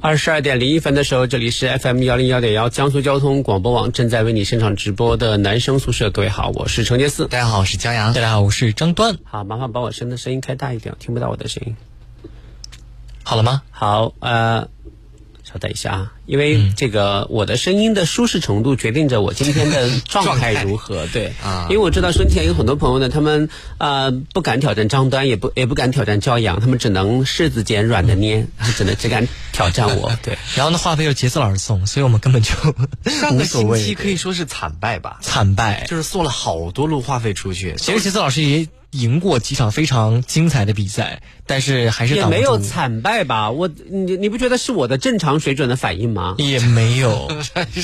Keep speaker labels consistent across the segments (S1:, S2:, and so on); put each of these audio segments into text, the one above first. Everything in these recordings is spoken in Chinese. S1: 二十二点零一分的时候，这里是 FM 幺零幺点幺江苏交通广播网正在为你现场直播的男生宿舍。各位好，我是程杰四。
S2: 大家好，我是骄阳。
S3: 大家好，我是张端。
S1: 好，麻烦把我声的声音开大一点，听不到我的声音。
S2: 好了吗？
S1: 好，呃，稍等一下啊，因
S2: 嗯
S1: 为这个我的声音的舒适程度决定着我今天的状态如何。对，
S2: 啊
S1: 因为我知道身体上有很多朋友呢，他们呃不敢挑战张端，也不也不敢挑战骄阳，他们只能柿子捡软的捏，只能只敢挑战 我。对。
S3: 然后呢，话费又是杰斯老师送，所以我们根本就
S2: 上
S3: 无
S2: 个
S3: 所
S2: 星期
S3: 谓，
S2: 可以说是惨败吧，
S3: 惨败。
S2: 就是送了好多路话费出去。
S3: 其实杰斯老师也赢过几场非常精彩的比赛，但是还是
S1: 也
S3: 挡不
S1: 没有
S3: 住，
S1: 惨败吧？我你你不觉得是我的正常水准的反应吗？
S3: 也没有。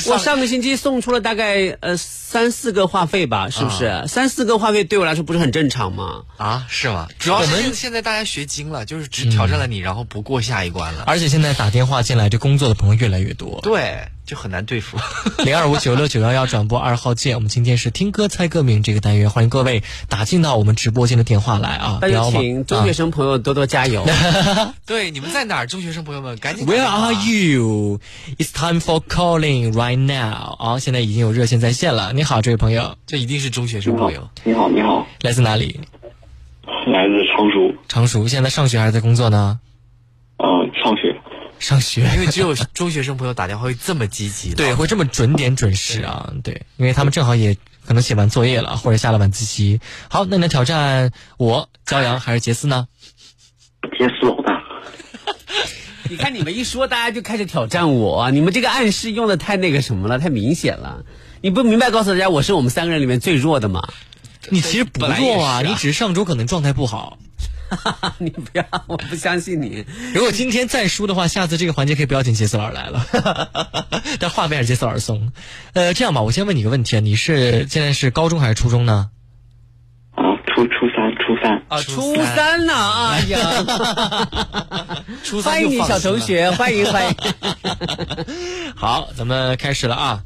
S1: 我上个星期送出了大概呃三四个话费吧，是不是？三四个话费对我来说不是很正常吗？
S2: 啊，是吗？主要是现在大家学精了，就是只挑战了你，然后不过下一关了。
S3: 而且现在打电话进来，这工作的朋友越来越多。
S2: 对，就很难对付。
S3: 零二五九六九幺幺转播二号键，我们今天是听歌猜歌名这个单元，欢迎各位打进到我们直播间的电话来啊！不
S1: 那
S3: 要
S1: 就
S3: 忘
S1: 请中学
S3: 啊
S1: 生朋友多多加油。
S2: 啊对，你们在哪儿？中学生朋友们，赶紧打电
S3: Where
S2: 话
S3: are you? It's time for calling right now. 啊、现在已经有热线在线了。你好，这位朋友，
S2: 这一定是中学生朋友。
S4: 你好，你好，
S3: 来自哪里？
S4: 来自成熟，
S3: 常熟，现在上学还是在工作呢？
S4: 呃，上学，
S3: 上学。
S2: 因为只有中学生朋友打电话会这么积极。
S3: 对，，会这么准点准时啊？对，因为他们正好也可能写完作业了，或者下了晚自习。好，那你来挑战我、骄阳还是杰斯呢？
S4: 杰斯老大，
S1: 你看你们一说，大家就开始挑战我，你们这个暗示用的太那个什么了，太明显了。你不明白告诉大家我是我们三个人里面最弱的吗？
S3: 你其实不
S2: 本来也
S3: 弱啊，
S2: 是啊
S3: 你只是上周可能状态不好。
S1: 你不要，我不相信你。
S3: 如果今天再输的话，下次这个环节可以不要请杰斯老师来了， 但话费还是杰斯老师送。呃，这样吧，我先问你个问题啊，你是现在是高中还是初中呢？
S4: 啊，初初三，初三，
S1: 啊，初
S2: 初三
S1: 三呢、哎呀，
S2: 初三
S1: 欢迎
S2: 就
S1: 你
S2: 放
S1: 小
S2: 心了
S1: 同。学，欢迎欢迎。
S3: 好，咱们开始了啊！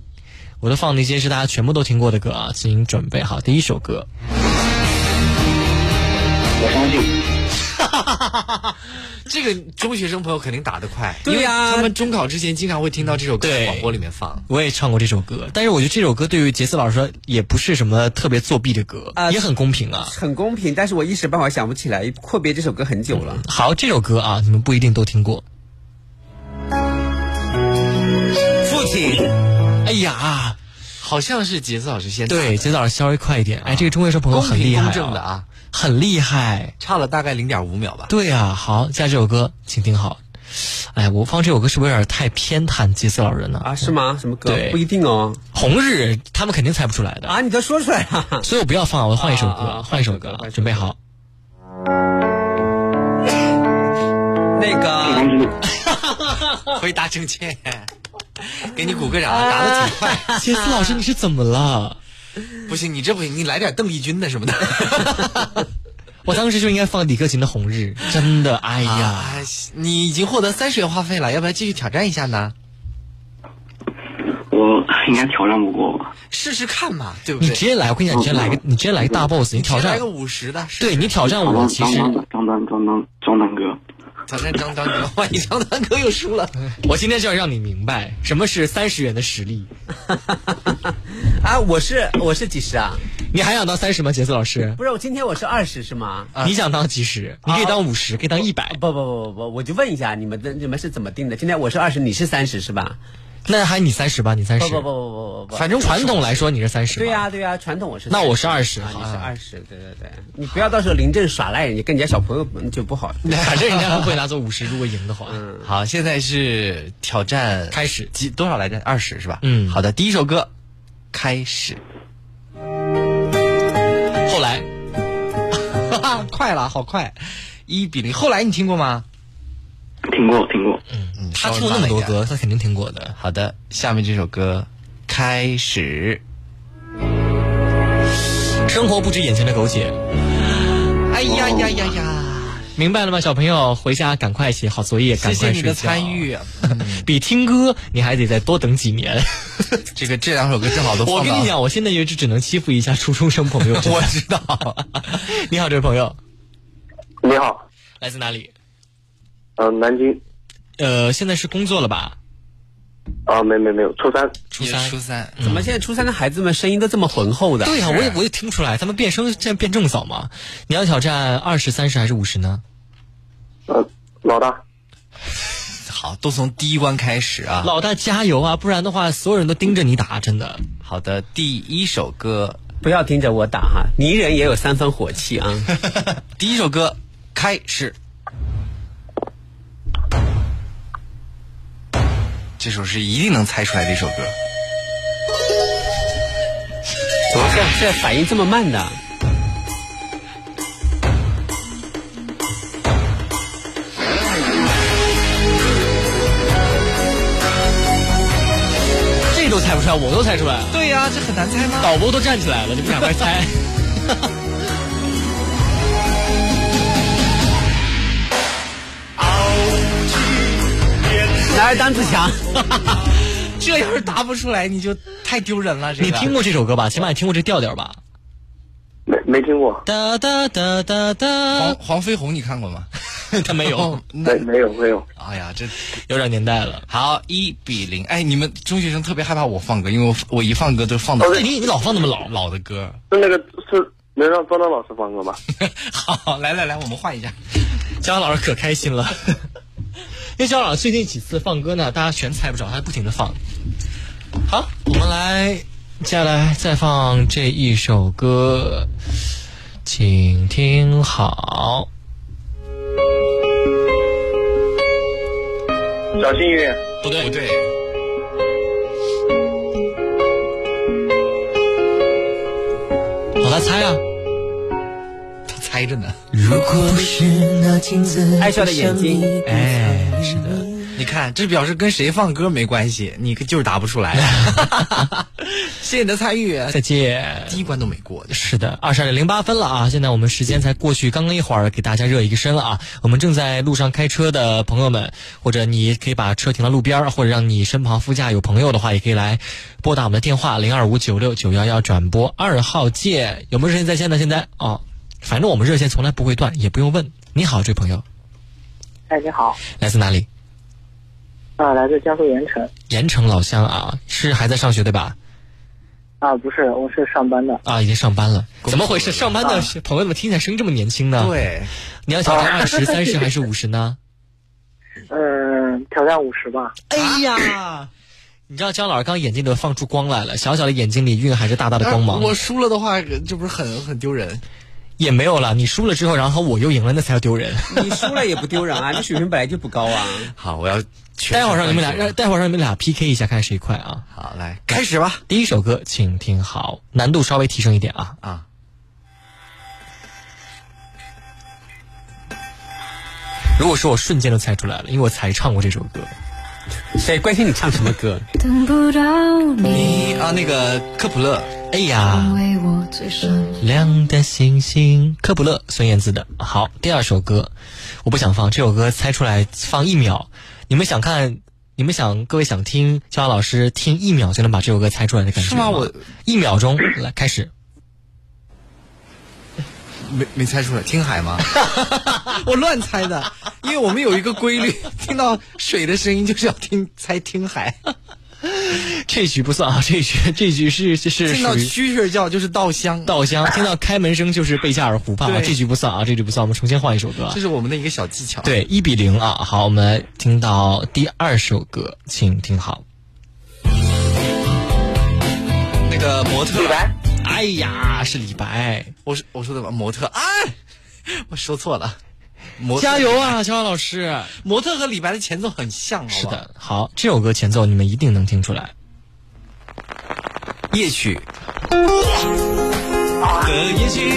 S3: 我都放的一些是大家全部都听过的歌啊，请准备好第一首歌。
S4: 我相信，
S2: 这个中学生朋友肯定打得快，
S1: 对呀
S2: 因为他们中考之前经常会听到这首歌在
S3: 对
S2: 广播里面放。
S3: 我也唱过这首歌，但是我觉得这首歌对于杰斯老师说也不是什么特别作弊的歌，
S1: 啊
S3: 也很公平啊。
S1: 很公平，但是我一时半会儿想不起来，阔别这首歌很久了。
S3: 好，这首歌啊，你们不一定都听过。
S1: 父亲，
S3: 哎呀，
S2: 好像是杰斯老师先唱的
S3: 对，杰斯老师稍微快一点。哎，这个中学生朋友
S2: 公
S3: 很
S2: 平
S3: 厉害、
S2: 公正的，啊，
S3: 很厉害。
S2: 差了大概零点五秒吧。
S3: 对啊，好，下这首歌，请听好。哎，我放这首歌是不是有点太偏袒杰斯老人了？
S1: 啊，是吗？什么歌？
S3: 对
S1: 不一定哦。
S3: 红日他们肯定猜不出来的
S1: 啊，你都说出来了。
S3: 所以我不要放啊，我换一首歌，
S1: 啊啊
S3: 换一首歌，
S1: 换一首歌
S3: 准备好。
S1: 那
S3: 啊
S1: 个，
S2: 回答正 确，给你鼓个掌，啊打的挺快。
S3: 杰斯老师，你是怎么了？
S2: 不行，你这不行，你来点邓丽君的什 么的。
S3: 我当时就应该放李克勤的《红日》，真的，哎呀，
S2: 啊，你已经获得三十元话费了，要不要继续挑战一下呢？
S4: 我应该挑战不过吧？
S2: 试试看嘛，对不
S3: 你
S2: 对？
S3: 直接来，我跟你讲，你直接来个，你直接来个大 boss，你挑
S2: 直接来
S3: 战
S2: 个，啊五十的，试
S3: 对你挑战
S4: 挑
S3: 我，
S4: 战
S3: 其
S4: 张
S3: 实
S4: 丹的，张丹，张丹，张丹哥，
S2: 挑战张张 哥，万一张张哥又输了，
S3: 我今天就要让你明白什么是三十元的实力。
S1: 啊，我是我是几十啊？
S3: 你还想当三十吗，杰斯老师？
S1: 不是，我今天我是二十是吗？
S2: 啊
S3: 你想当几十？你可以当五十，可以当一百，
S1: 不不不不不，我就问一下你们的你们是怎么定的？今天我是二十，你是三十是吧？
S3: 那还你三十吧，你三
S1: 不
S3: 十。
S1: 不不不不不不。
S3: 反正传统来说你是三十。
S1: 对呀、对呀、传统我是
S3: 那我是
S1: 30
S3: 20
S1: 啊你是
S3: 啊
S1: 二十，对对对，你不要到时候临阵耍赖，你跟人家小朋友就不好。
S3: 反正人家不会拿走五十，如果赢的话。
S2: 好，现在是挑战
S3: 开始
S2: 几多少来着？二十是吧？
S3: 嗯
S2: 好的，第一首歌开始，
S3: 后来
S2: 哈哈， 快了，好快，一比零。后来你听过吗？
S4: 听过，听过，
S2: 嗯
S3: 他听过那么多。歌，他肯定听过的。
S2: 好的，下面这首歌开始，
S3: 生活不止眼前的苟且。
S2: 哎呀呀呀呀！
S3: 明白了吗，小朋友？回家赶快写好作业，赶
S2: 谢
S3: 快睡
S2: 谢
S3: 觉。
S2: 你的参，与。
S3: 比听歌你还得再多等几年。
S2: 这个这两首歌正 好都
S3: 我
S2: 放
S3: 跟
S2: 到
S3: 你，讲，我现在也只只能欺负一下初中生朋 友。
S2: 我知道。
S3: 你好，这位朋友，
S4: 你好，
S3: 来自哪里？
S4: 呃，南京，
S3: 呃，现在是工作了吧？
S4: 啊、没没没有，初三，
S3: 初三
S2: 你是初三，嗯
S1: 怎么现在初三的孩子们声音都这么浑厚的？
S3: 对啊呀、我也我也听不出来，他们变声现在变这么早吗？你要挑战二十三十还是五十呢？
S4: 呃，老大，
S2: 好，都从第一关开始啊。
S3: 老大加油啊！不然的话，所有人都盯着你打，真的。
S2: 好的，第一首歌，
S1: 不要盯着我打哈，泥人也有三分火气啊！
S2: 第一首歌开始。这首是一定能猜出来的一首歌。
S1: 怎么现在现在反应这么慢的？
S3: 这都猜不出来，我都猜出来了。
S2: 对呀、这很难猜吗？
S3: 导播都站起来了，你们赶快 猜。
S1: 男儿当自强，
S2: 这要是答不出来，你就太丢人了。这
S3: 你
S2: 个
S3: 听过这首歌吧？起码你听过这调调吧？
S4: 没没听过，
S3: 哒哒哒哒
S2: 黄
S3: 哒，
S2: 黄飞鸿，你看过 吗？
S3: 他没有，
S4: 没没有没有，
S2: 哎呀，这
S3: 有点年代了。
S2: 好一比零。哎，你们中学生特别害怕我放歌，因为我我一放歌都放
S4: 哦
S2: 到
S3: 对哎你你老放那么老老
S2: 老的歌。
S4: 是那个是能让庄东老师放歌吗？
S2: 好，来来来，我们换一下。
S3: 姜老师可开心了， 因为姜老师最近几次放歌呢，大家全猜不着，他还不停的放。好，我们来接下来再放这一首歌，请听好。
S4: 小幸运，
S2: 不对不对，
S3: 好，来猜啊！
S2: 他猜着呢。
S1: 爱笑的眼睛，
S3: 哎，是的，
S2: 你看，这表示跟谁放歌没关系，你就是答不出 来。谢谢你的参与，
S3: 再见。
S2: 第一关都没过。就是
S3: 是的，二十二点零八分了啊！现在我们时间才过去刚刚一会儿，给大家热一个身了啊！我们正在路上开车的朋友们，或者你可以把车停到路边儿，或者让你身旁副驾有朋友的话，也可以来拨打我们的电话零二五九六九幺幺转播二号键。有没有热线在线呢？现在哦，反正我们热线从来不会断，也不用问。你好，这位朋友，
S5: 哎，你好，
S3: 来自哪里？
S5: 啊，来自江苏盐城，
S3: 盐城老乡啊，是还在上学对吧？
S5: 啊，不是，我是上班的，
S3: 啊，已经上班了，怎么回事？上班的朋友怎么听起来声音这么年轻呢？，
S2: 对，
S3: 你要挑战二十三十还是五十呢？
S5: 嗯、挑战五十吧，
S3: 哎呀，你知道姜老师刚眼睛都放出光来了，小小的眼睛里蕴含着大大的光
S2: 啊
S3: 芒。
S2: 我输了的话，这不是很很丢人？
S3: 也没有了，你输了之后，然后我又赢了，那才叫丢人。
S1: 你输了也不丢人啊，你水平本来就不高啊。
S2: 好，我要全
S3: 待会儿让你们
S2: 神
S3: 俩，
S2: 贯
S3: 让
S2: 注
S3: 待会儿让你们俩 PK 一下，看谁快啊！
S2: 好来开始吧。
S3: 第一首歌，请听好，难度稍微提升一点啊。
S2: 啊，
S3: 如果说我瞬间就猜出来了，因为我才唱过这首歌。
S1: 谁关心你唱什么歌？
S6: 等不到你，
S2: 你啊，那个科普勒，
S3: 哎呀，
S6: 为我最深。
S3: 亮的星星，科普勒，孙燕姿的。好，第二首歌，我不想放这首歌，猜出来放一秒。你们想看？你们想各位想听肖老师听一秒就能把这首歌猜出来的感觉
S2: 是吗我
S3: 一秒钟来开始，
S2: 没没猜出来，听海吗？我乱猜的， 因为我们有一个规律， 听到水的声音就是要听猜听 海，
S3: 这局不算啊，这局这局是是是
S2: 听到
S3: 属于
S2: 蛐蛐叫就是稻 香，
S3: 稻香，听到开门声就是贝加尔湖畔啊，
S2: 对
S3: 这局不算啊，这局不算，我们重新换一首歌啊
S2: 这。是我们的一个小技巧。，
S3: 对，一比零啊！好，我们来听到第二首歌，请听好。
S2: 那个模特，
S3: 哎呀，是李白，
S2: 我说我说的吧，模特，哎， 我说错了，模特
S3: 加油啊，肖老师！
S2: 模特和李白的前奏很像，好
S3: 是
S2: 吧，
S3: 的，好，这首歌前奏你们一定能听出来。
S2: 夜曲。的夜曲，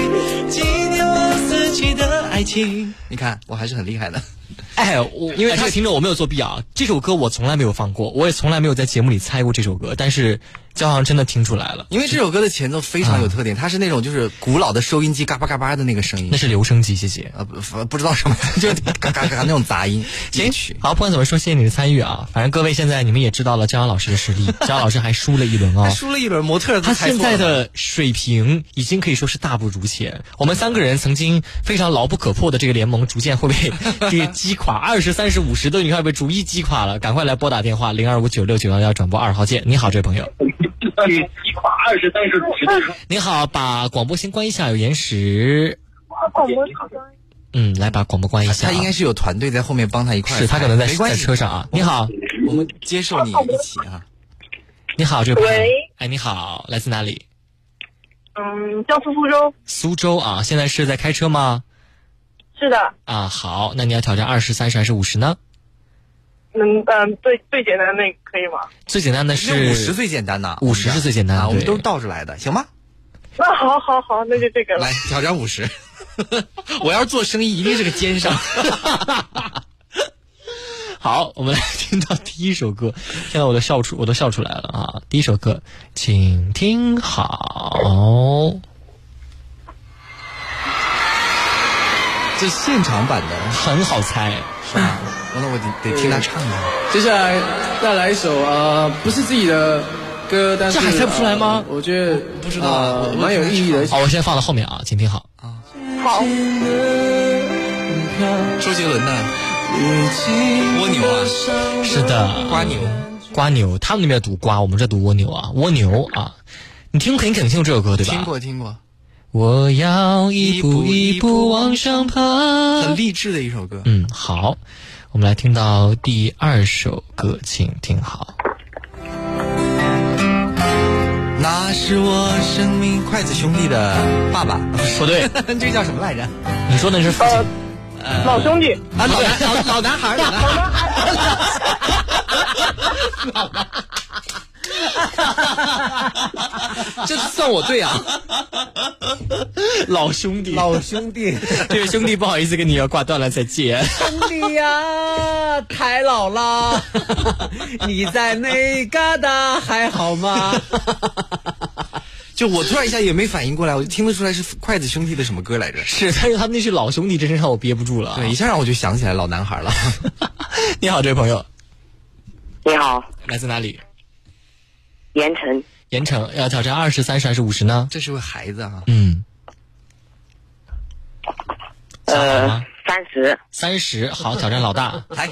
S2: 纪念我死去的爱情。你看，我还是很厉害的。
S3: 哎，我因为他听着我没有作弊啊，这首歌我从来没有放过，我也从来没有在节目里猜过这首歌，但是交响真的听出来了，
S2: 因为这首歌的前奏非常有特点，它是那种就是古老的收音机嘎巴嘎巴的那个声音
S3: 那，是留声机，谢谢。
S2: 呃不不知道什么， 就嘎嘎嘎那种杂音。
S3: 行
S2: 进去，
S3: 好，不管怎么说，谢谢你的参与啊！反正各位现在你们也知道了张扬老师的实力，张扬老师还输了一 轮
S2: 他
S3: 哦。
S2: 输了一轮模特儿都
S3: 他
S2: 猜错了，
S3: 现在的水平已经可以说是大不如前。我们三个人曾经非常牢不可破的这个联盟，逐渐会 被这个击垮，二十三十五十都已经快被逐一击垮了。赶快来拨打电话零二五九六九幺幺转播二号键。你好，这位朋友。你好，把广播先关一下，有延时。
S7: 哦
S3: 嗯，来把广播关一下啊。
S2: 他应该是有团队在后面帮他一块儿
S3: 是他可能在
S2: 没关
S3: 在
S2: 系
S3: 车上啊。你好，
S2: 我们接受你一起啊。
S3: 你好，这位朋友
S7: 喂。
S3: 哎，你好，来自哪里？
S7: 嗯，江苏苏州，
S3: 苏州啊，现在是在开车吗？
S7: 是的，
S3: 啊，好，那你要挑战二十三十还是五十呢？
S7: 嗯嗯，最最简单的那个可以吗？
S3: 最简单的是
S2: 五十最简单的，
S3: 50是最简单的
S2: 啊我们
S3: 对
S2: 都倒着来的，行吗？
S7: 那好好好，那就这个了
S2: 来。挑战五十。我要是做生意，一定是个奸商。
S3: 好，我们来听到第一首歌。现在我都笑出，我都笑出来了啊！第一首歌，请听好。
S2: 这现场版的，
S3: 很好猜，
S2: 是吧？那我得得听他唱的。
S8: 接下来带来一首啊、呃不是自己的歌，但是
S3: 这还猜不出来吗哦
S8: 呃我觉得
S2: 不知道啊
S8: 呃
S2: 我
S8: 蛮有意义的。
S3: 好，我先放到后面啊，请听好。
S2: 周杰伦的《蜗牛》啊，
S3: 是的，
S2: 瓜牛。
S3: 瓜牛，他们那边读瓜，我们这读蜗牛啊，蜗牛啊。你听肯定听过这首歌对吧？
S2: 听。过听过，
S3: 我要一步一步往上爬。
S2: 很励志的一首歌。
S3: 嗯，好，我们来听到第二首歌，请听好。
S2: 那是我生命筷子兄弟的爸爸，
S3: 不对，
S2: 这叫什么来着？
S3: 你说的是父亲。
S7: 老兄弟，
S2: 啊，老男老老男孩儿，老男孩 儿。这算我对啊！
S3: 老兄弟，
S1: 老兄弟，
S3: 这位兄弟，不好意思跟你要挂断了，再见。
S1: 兄弟呀、太老啦！你在那旮瘩还好吗？
S2: 就我突然一下也没反应过来，我就听得出来是筷子兄弟的什么歌来着？
S3: 是，但是他那句老兄弟真是让我憋不住了、
S2: 对，一，下让我就想起来老男孩了。
S3: 你好，这位朋友，
S5: 你好，
S3: 来自哪里？
S5: 盐城，
S3: 盐城要挑战二十三十还是五十呢？
S2: 这是个孩子啊，
S3: 嗯，
S5: 呃，三十，
S3: 三十，好，挑战老大。
S2: 来，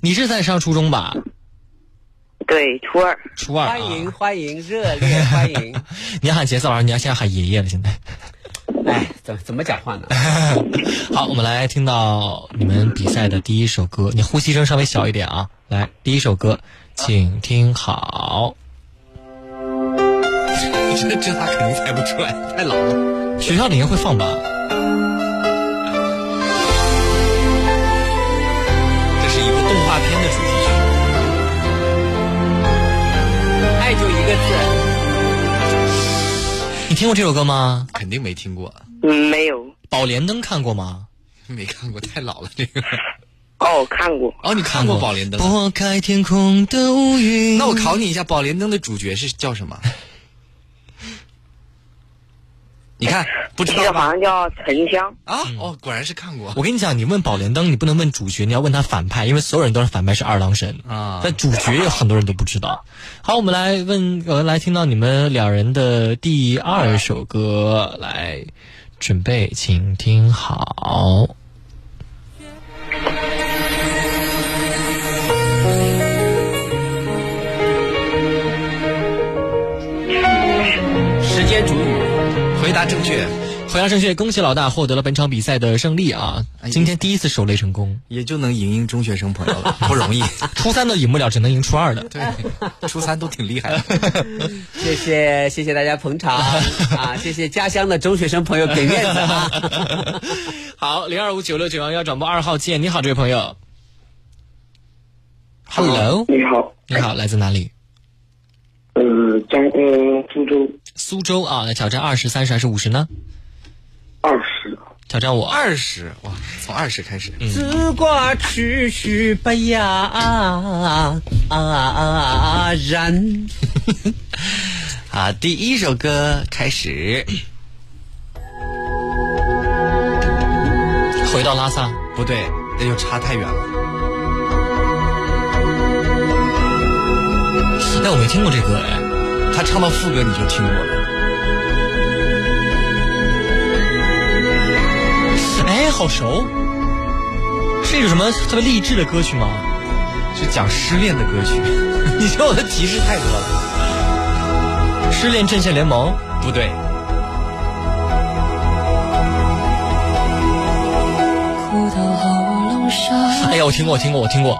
S3: 你是在上初中吧？
S5: 对，初二，
S3: 初二、啊。
S1: 欢迎欢迎，热烈欢迎！
S3: 你要喊杰斯老师，你要先喊爷爷了。现在，
S1: 哎，怎么怎么讲话呢？
S3: 好，我们来听到你们比赛的第一首歌。你呼吸声稍微小一点啊。来，第一首歌，请听好。
S2: 这这他肯定猜不出来，太老了。
S3: 学校里应该会放吧？
S2: 这是一部动画片的主题曲，
S1: 爱就一个字，
S3: 你听过这首歌吗？
S2: 肯定没听过，
S5: 嗯，没有，
S3: 《宝莲灯》看过吗？
S2: 没看过，太老了这个。
S5: 哦，看过，
S2: 哦，你看过《宝莲灯》？
S3: 拨开天空的乌云。
S2: 那我考你一下，《宝莲灯》的主角是叫什么？ 你看，不知
S5: 这个
S2: 道吧？
S5: 好像叫沉香，
S2: 啊，哦，果然是看过。
S3: 我跟你讲，你问《宝莲灯》，你不能问主角，你要问他反派，因为所有人都是反派是二郎神
S2: 啊
S3: 但主角有很多人都不知道。好，我们来问，呃，来听到你们两人的第二首歌，来准备，请听好。
S1: 时间煮雨。
S2: 回答正确，
S3: 回答正确，恭喜老大获得了本场比赛的胜利啊！
S2: 哎
S3: 今天第一次守擂成功，
S2: 也就能赢赢中学生朋友 了，不容易。
S3: 初三的赢不了，只能赢初二的。
S2: 对，初三都挺厉害的。
S1: 谢谢谢谢大家捧场啊！谢谢家乡的中学生朋友给面子啊！
S3: 好，零二五九六九幺幺转播二号键，你好，这位朋友。Hello，
S4: 你好，
S3: 你好，来自哪里？
S4: 呃，江呃，苏州
S3: 苏州啊，来挑战二十、三十还是五十呢？
S4: 二十，
S3: 挑战我。嗯
S2: 二十哇，从二十开始，
S1: 自挂去去吧呀啊啊啊啊！然
S9: 啊，第一首歌开始，
S3: 回到拉萨，
S2: 不对，那就差太远了。
S3: 但我没听过这歌哎。
S2: 他唱到副歌你就听过了，
S3: 哎，好熟，是一首什么特别励志的歌曲吗？
S2: 是讲失恋的歌曲。 你知道我的提示太多了。
S3: 失恋阵线联盟，
S2: 不对，
S6: 哭到喉咙
S3: 哎
S6: 沙，
S3: 呀，我听过，我听过，我听过，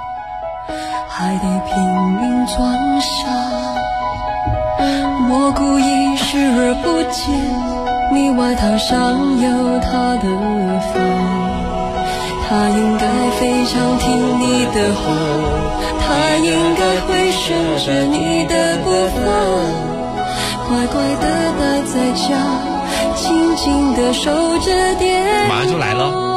S6: 还得拼命装傻。我故意视而不见，你外套上有他的发，他应该非常听你的话，他应该会顺着你的步伐。乖乖的待在家，静静的守着电话。
S2: 马上就来了。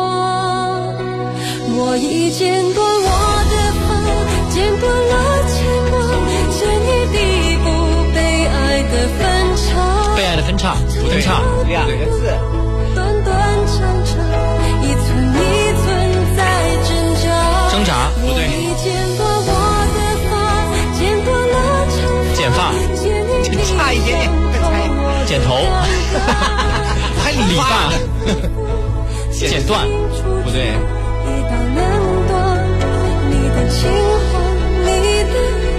S6: 我已剪过我的发，剪过了牵挂，这一地步被爱的分叉。
S3: 被爱的分叉，分叉，
S1: 两个字。
S6: 短短长长，一寸一寸在挣扎。
S3: 挣扎
S6: 我已剪过我的发，剪过了长
S3: 剪发，
S6: 发，差一点，
S3: 剪头， 还理发，剪断，
S6: 不
S3: 对。
S6: 一刀两断，你的清欢，你的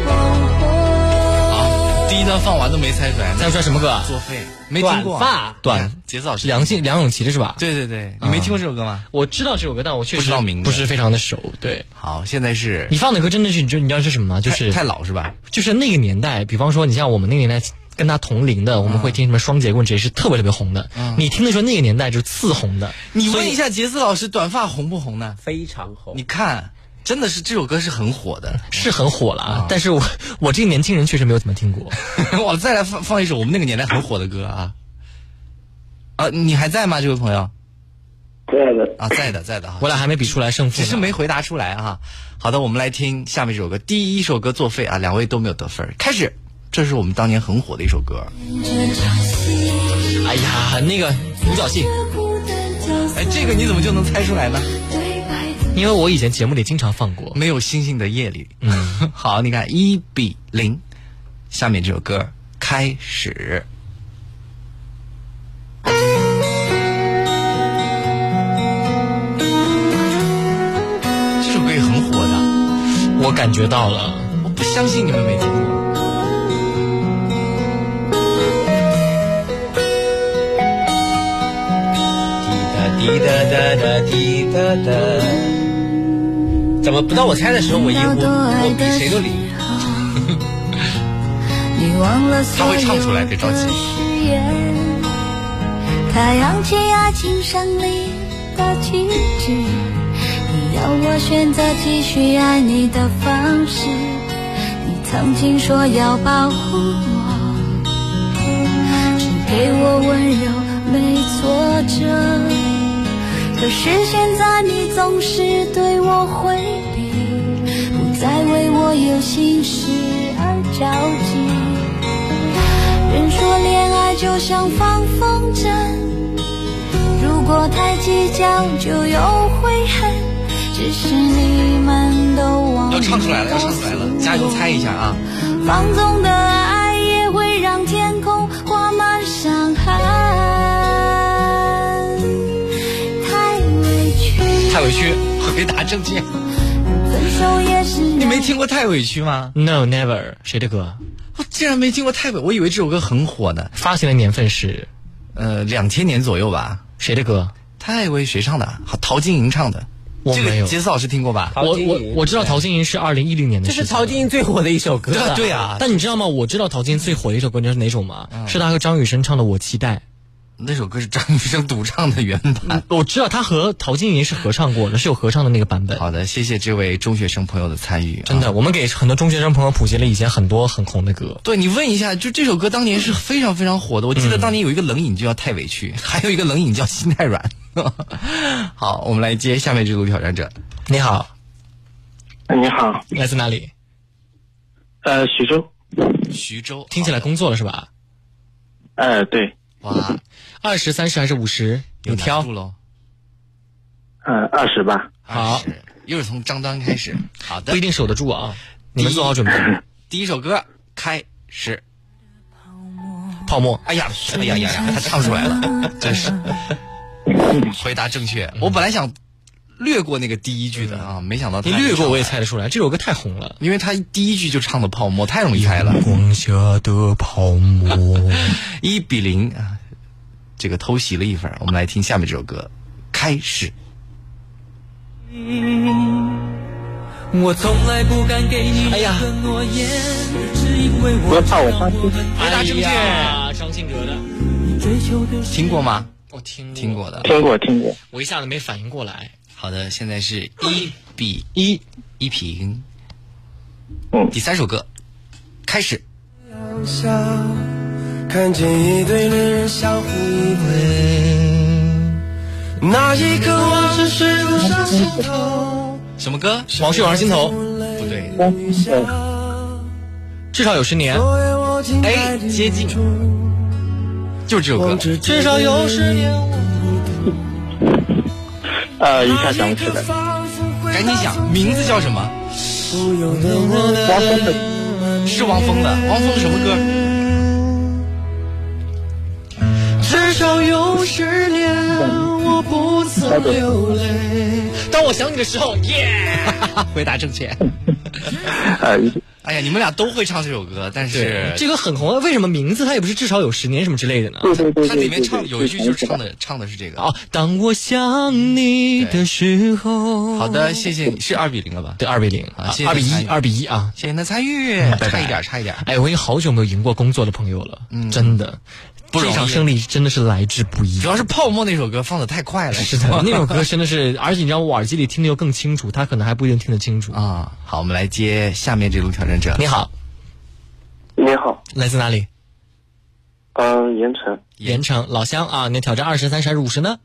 S6: 黄昏。
S2: 第一段放完都没猜出来，
S3: 再说什么歌？
S2: 作废，没听过、
S1: 短发
S2: 啊。
S3: 短
S2: 杰子老师，
S3: 梁静梁咏琪的是吧？
S2: 对对对，你没听过这首歌吗？
S3: 我知道这首歌，但我确实
S2: 不知道名字
S3: 不是非常的熟。对
S2: 好，现在是
S3: 你放的歌真的是，你知你知道是什么吗？就是
S2: 太太老是吧？
S3: 就是那个年代，比方说你像我们那个年代。跟他同龄
S2: 嗯
S3: 的，我们会听什么双截棍，这也是特别特别红的。你听的时候，那个年代就是次红的。
S2: 你问一下杰斯老师，短发红不红呢？
S1: 非常红
S2: 你，看，真的是这首歌是很火的。
S3: 是很火了啊，但是我我这个年轻人确实没有怎么听过。
S2: 我再来放放一首我们那个年代很火的歌啊。啊，你还在吗，这位朋友？
S4: 这样的，
S2: 啊，在的，在的啊。
S3: 我俩还没比出来胜负
S2: 只
S3: 呢，
S2: 是没回答出来啊。好的，我们来听下面这首歌，第一首歌作废啊，两位都没有得分儿。开始，这是我们当年很火的一首歌。
S3: 哎呀，那个独角戏，
S2: 哎，这个你怎么就能猜出来呢？
S3: 因为我以前节目里经常放过。
S2: 没有星星的夜里。嗯， 好，你看一比零，下面这首歌开始。 这首歌也很火的，
S3: 我感觉到了，
S2: 我不相信你们没听过。
S1: 滴答滴答答答滴答答。怎么不到我猜的时候，我一我我比谁都灵。
S6: 你忘了所有
S2: 他会唱出来别着急
S6: 的誓言。太阳切压青山里的旗帜，你要我选择继续爱你的方式。你曾经说要保护我，只给我温柔，没挫折。可是现在你总是对我回避，不再为我有心事而着急。人说恋爱就像放风筝，如果太计较就有悔恨。只是你们都忘了
S2: 要唱出来了，要唱出来了，加油猜一下啊！
S6: 放纵的爱也会让天空挂满伤痕，太委屈。
S2: 太委屈，回答正确。
S6: 分手也是
S2: 你没听过太委屈吗？
S3: No Never 谁的歌？
S2: 我竟然没听过太委，我以为这首歌很火呢。
S3: 发行的年份是
S2: 呃，两千年左右吧。
S3: 谁的歌？
S2: 太委谁唱的？好，陶晶莹唱的。
S3: 我
S2: 这
S3: 没有
S2: 个杰斯老师听过吧？
S3: 我我我知道
S2: 啊
S1: 陶，
S3: 陶晶莹是二零一零年的
S1: 这
S3: 事情
S1: 是陶晶莹最火的一首歌
S2: 对啊
S1: 了。
S2: 对啊，嗯
S3: 但你知道吗？我知道陶晶莹最火的一首歌，你知道是哪首吗？是她和张雨生唱的《我期待
S2: 那首歌是张雨生独唱的原版》。。
S3: 我知道她和陶晶莹是合唱过的，是有合唱的那个版本。
S2: 好的，谢谢这位中学生朋友的参与。
S3: 真
S2: 啊，
S3: 的，我们给很多中学生朋友普及了以前很多很红的歌。
S2: 对你问一下，就这首歌当年是非常非常火的。我记得当年有一个冷饮就叫太委屈， 还有一个冷饮叫心太软。 好，我们来接下面这组挑战者。
S3: 你好，
S4: 哎你好，
S3: 来自哪里？
S4: 呃，徐州，
S2: 徐州，
S3: 听起来工作了是吧？
S4: 呃，对，
S2: 哇，
S3: 二十、三十还是五十？你挑
S2: 住。喽。
S4: 呃，二十吧。
S3: 好，
S2: 20，又是从张端开始。好
S3: 不一定守得住啊。你们做好准备。
S2: 第一首歌开始。
S3: 泡沫，
S2: 哎呀，哎呀呀呀，他唱出来了， 真是。嗯回答正确，我本来想略过那个第一句的啊，没想到他
S3: 你略过我也
S2: 唱
S3: 猜得出来，这首歌太红了。
S2: 因为他第一句就唱的泡沫，太容易猜了。
S3: 光下的泡沫。
S2: 一比零啊，这个偷袭了一分儿。我们来听下面这首歌，开始。
S9: 我从来不敢给你
S3: 哎呀，
S9: 诺言，只因为
S4: 我怕我伤心。
S3: 回答正
S2: 哎
S3: 确
S2: 呀，
S3: 张信哲的，
S2: 听过吗？
S3: 我听过
S2: 听过，的。
S4: 听过，听过。
S3: 我一下子没反应过来。
S2: 好的，现在是一比一，一平。
S4: 嗯
S2: 第三首歌，开始。
S8: 看见一堆人相互依偎，那一刻我只是路上心头。
S2: 什么歌？
S3: 往事涌上心头，
S2: 不对，
S4: 哦
S3: 至少有十年。
S2: 哎，接近，就是这首歌。
S3: 至少有十年。
S4: 呃，一下想不起来。
S2: 赶紧想，名字叫什么？
S4: 汪峰的
S2: 是汪峰的。汪峰什么歌？
S8: 至少有十年，
S4: 嗯
S8: 我不曾流泪。
S3: 当我想你的时候，耶！
S2: 回答正确。
S4: 呃，一
S2: 哎呀，你们俩都会唱这首歌，但是
S3: 这个很红啊，为什么名字它也不是至少有十年什么之类的呢？
S4: 对对对对对对
S2: 它里面唱有一句就是唱
S4: 的。
S2: 的唱的是这个。
S3: 哦，当我想你的时候。
S2: 好的，谢谢你，是二比零了吧？
S3: 对，二比零
S2: 啊
S3: 啊
S2: 谢，谢
S3: 二比
S2: 参
S3: 一，
S2: 与
S3: 二比一啊！
S2: 谢谢您的参与，
S3: 拜
S2: 差
S3: 拜
S2: 一点，差一点。
S3: 哎，我已经好久没有赢过工作的朋友了，真的，
S2: 嗯不容易
S3: 这场胜利真的是来之不易
S2: 主。要是泡沫那首歌放的太快了，
S3: 是的，那首歌真的是，而且你知道我耳机里听得又更清楚，他可能还不一定听得清楚。
S2: 啊。好，我们来接下面这组挑战者。
S3: 你好，
S4: 你好，
S3: 来自哪里？
S4: 呃，盐城，
S3: 盐城老乡啊，你挑战二十、三十还是五十呢？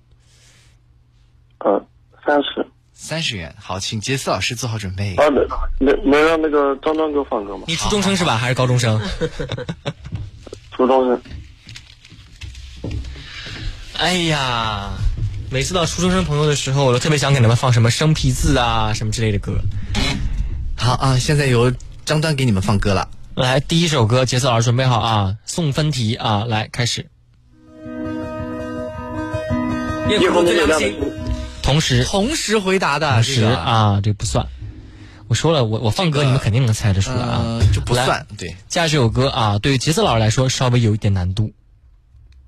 S4: 呃，三十。
S2: 三十元，好，请杰斯老师做好准备。
S4: 啊，能能能让那个张张哥放歌吗？
S3: 你初中生是吧？还是高中 生？
S4: 初中生，
S3: 哎呀，每次到初中生朋友的时候，我都特别想给他们放什么生僻字啊什么之类的歌。
S2: 好啊，现在由张端给你们放歌了。
S3: 来，第一首歌，杰斯老师准备好啊，送分题啊，来开始。
S9: 夜
S4: 夜
S9: 空
S4: 空
S9: 最
S4: 最
S9: 亮
S4: 亮
S9: 星。
S4: 的
S3: 同时，
S2: 同时回答的，
S3: 同
S2: 这
S3: 时
S2: 个，呃
S3: 啊，这不算。我说了，我我放歌，
S2: 这个
S3: 你们肯定能猜得出来啊。
S2: 呃，就不
S3: 来
S2: 算对。
S3: 下这首歌啊，对于杰斯老师来说稍微有一点难度。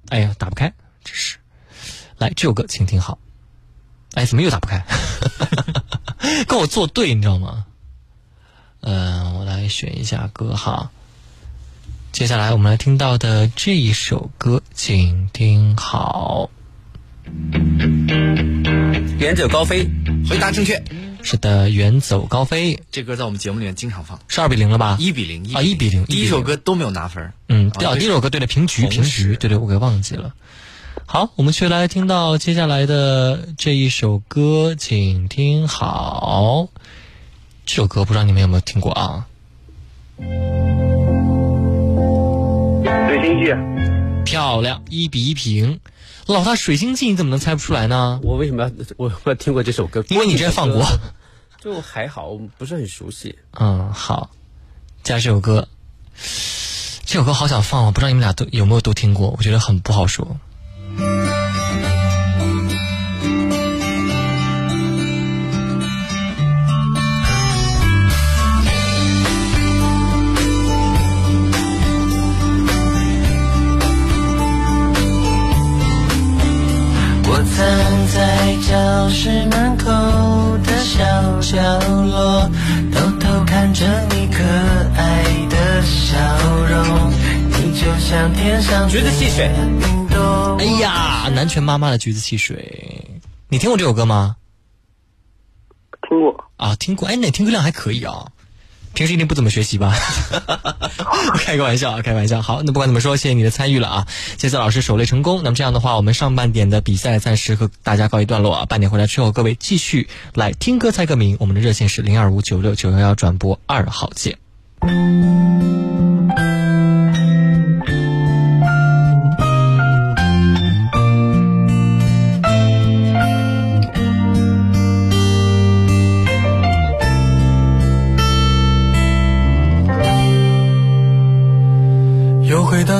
S3: 哎呀，打不开，真是。来，这首歌请听好。哎，怎么又打不开？ 跟我作对，你知道吗？嗯、我来选一下歌哈。接下来我们来听到的这一首歌，请听好。
S9: 远走高飞，
S2: 回答正确，
S3: 是的，远走高飞
S2: 这歌在我们节目里面经常放。
S3: 是二比零了吧？
S2: 一比零，
S3: 啊一比零
S2: 第一首歌都没有拿分儿。
S3: 嗯，
S2: 啊
S3: 对啊，
S2: 对
S3: 第一首歌对的平局，
S2: 同
S3: 平
S2: 时
S3: 局，对对，我给忘记了。好，我们去来听到接下来的这一首歌，请听好。这首歌不知道你们有没有听过啊？
S4: 水星啊记，
S3: 漂亮，一比一平。老大，水星记你怎么能猜不出来呢？
S1: 我为什么要我我要听过这首歌？
S3: 因为你之前放过。
S1: 就还好，我不是很熟悉。
S3: 嗯，好，加这首歌。这首歌好想放，我不知道你们俩都有没有都听过，我觉得很不好说。
S8: 我藏在教室门口的小角落，偷偷看着你可爱的笑容，你就像天上
S9: 橘子汽水。
S8: 冰冻。
S3: 哎呀，南拳妈妈的橘子汽水，你听过这首歌吗？
S4: 听过。
S3: 啊，听过，哎，那听歌量还可以啊。平时一定不怎么学习吧？ 开个玩笑啊，开个玩笑。好，那不管怎么说，谢谢你的参与了啊！杰斯老师守擂成功。那么这样的话，我们上半点的比赛暂时和大家告一段落啊。半点回来之后，各位继续来听歌猜歌名。我们的热线是零二五九六九幺幺转播二号键。
S8: 到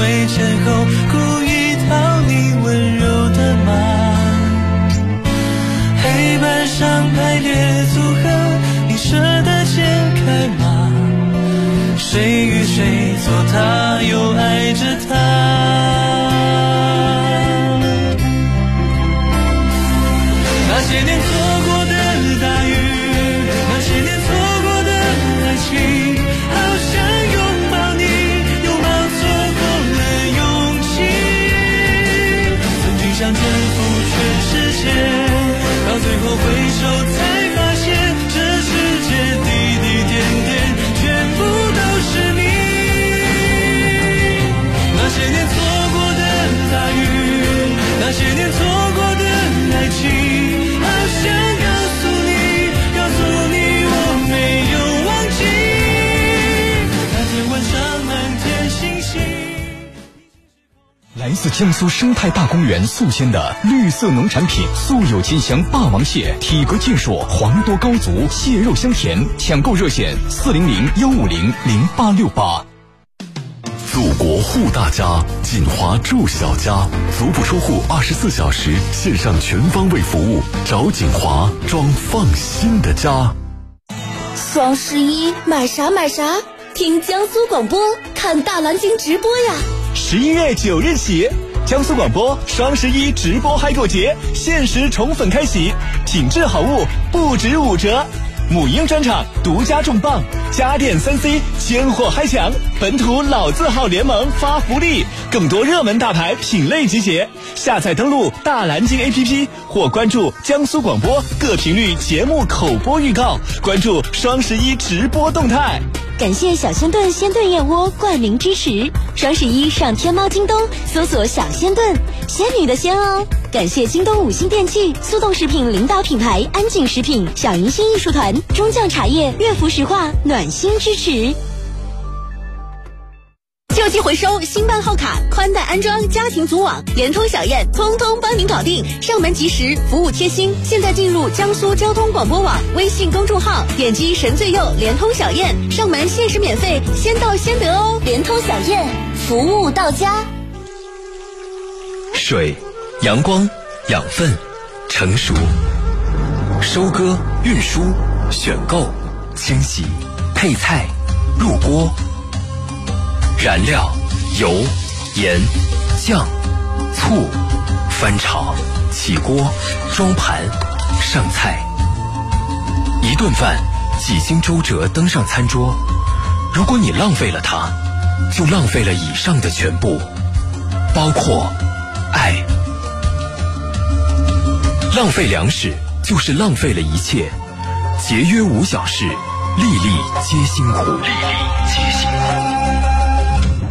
S8: 位前后，故意讨你温柔的骂。黑板上排列组合，你舍得剪开吗？谁与谁做他，又爱着他？那些年错过的大雨，那些年错过的爱情，好想拥抱你，拥抱错过了勇气。曾经想征服全世界，到最后回首才发现，这世界滴滴点点，全部都是你。那些年错过的大雨，那些年错过的爱情，好想告诉你，告诉你我没有忘记。那天晚上满天星星。
S10: 来自江苏生态大公园宿迁的绿色农产品，素有金香霸王蟹，体格健硕，黄多高足，蟹肉香甜。抢购热线：四零零幺五零零八六八。
S11: 祖国护大家，锦华住小家，足不出户二十四小时线上全方位服务，找锦华装放心的家。
S12: 双十一买啥买啥，听江苏广播，看大蓝鲸直播呀！
S13: 十一月九日起，江苏广播双十一直播嗨购节限时宠粉开启，品质好物不止五折。母婴专场独家重磅，家电三 C 千货嗨抢，本土老字号联盟发福利，更多热门大牌品类集结。下载登录大蓝鲸 APP 或关注江苏广播各频率节目口播预告，关注双十一直播动态。
S14: 感谢小鲜炖鲜炖燕窝冠名支持。双十一上天猫、京东搜索“小鲜炖”，仙女的仙哦。感谢京东五星电器、速冻食品领导品牌安井食品、小云星艺术团、中酱茶叶、乐福石化暖心支持。
S15: 旧机回收、新办号卡、宽带安装、家庭组网、联通小燕，通通帮您搞定。上门及时，服务贴心。现在进入江苏交通广播网微信公众号，点击“神最右联通小燕”，上门限时免费，先到先得哦。联通小燕，服务到家。
S10: 水、阳光、养分、成熟、收割、运输、选购、清洗、配菜、入锅、燃料、油、盐、酱、醋、翻炒、起锅、装盘、上菜。一顿饭几经周折登上餐桌，如果你浪费了它，就浪费了以上的全部，包括爱。浪费粮食就是浪费了一切，节约无小事，粒粒皆辛苦。粒粒皆辛苦。